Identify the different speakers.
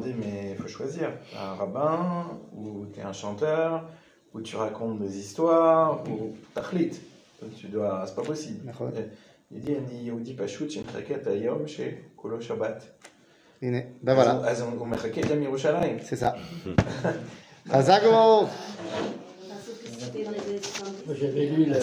Speaker 1: dit, mais il faut choisir. T'es un rabbin, ou t'es un chanteur, ou tu racontes des histoires, ou t'achlit. Tu dois, c'est pas possible.
Speaker 2: נכון.
Speaker 1: Il dit, אני יהודי פשוט שמחכה את היום שכולו שבת.
Speaker 2: הנה,
Speaker 1: אז
Speaker 2: בוואלה.
Speaker 1: הוא- אז הוא הוא מחכה גם ירושלים.
Speaker 2: סיסה. חזק וברוך.
Speaker 3: Parce que c'était une révélation.
Speaker 4: Moi, J'avais lu la-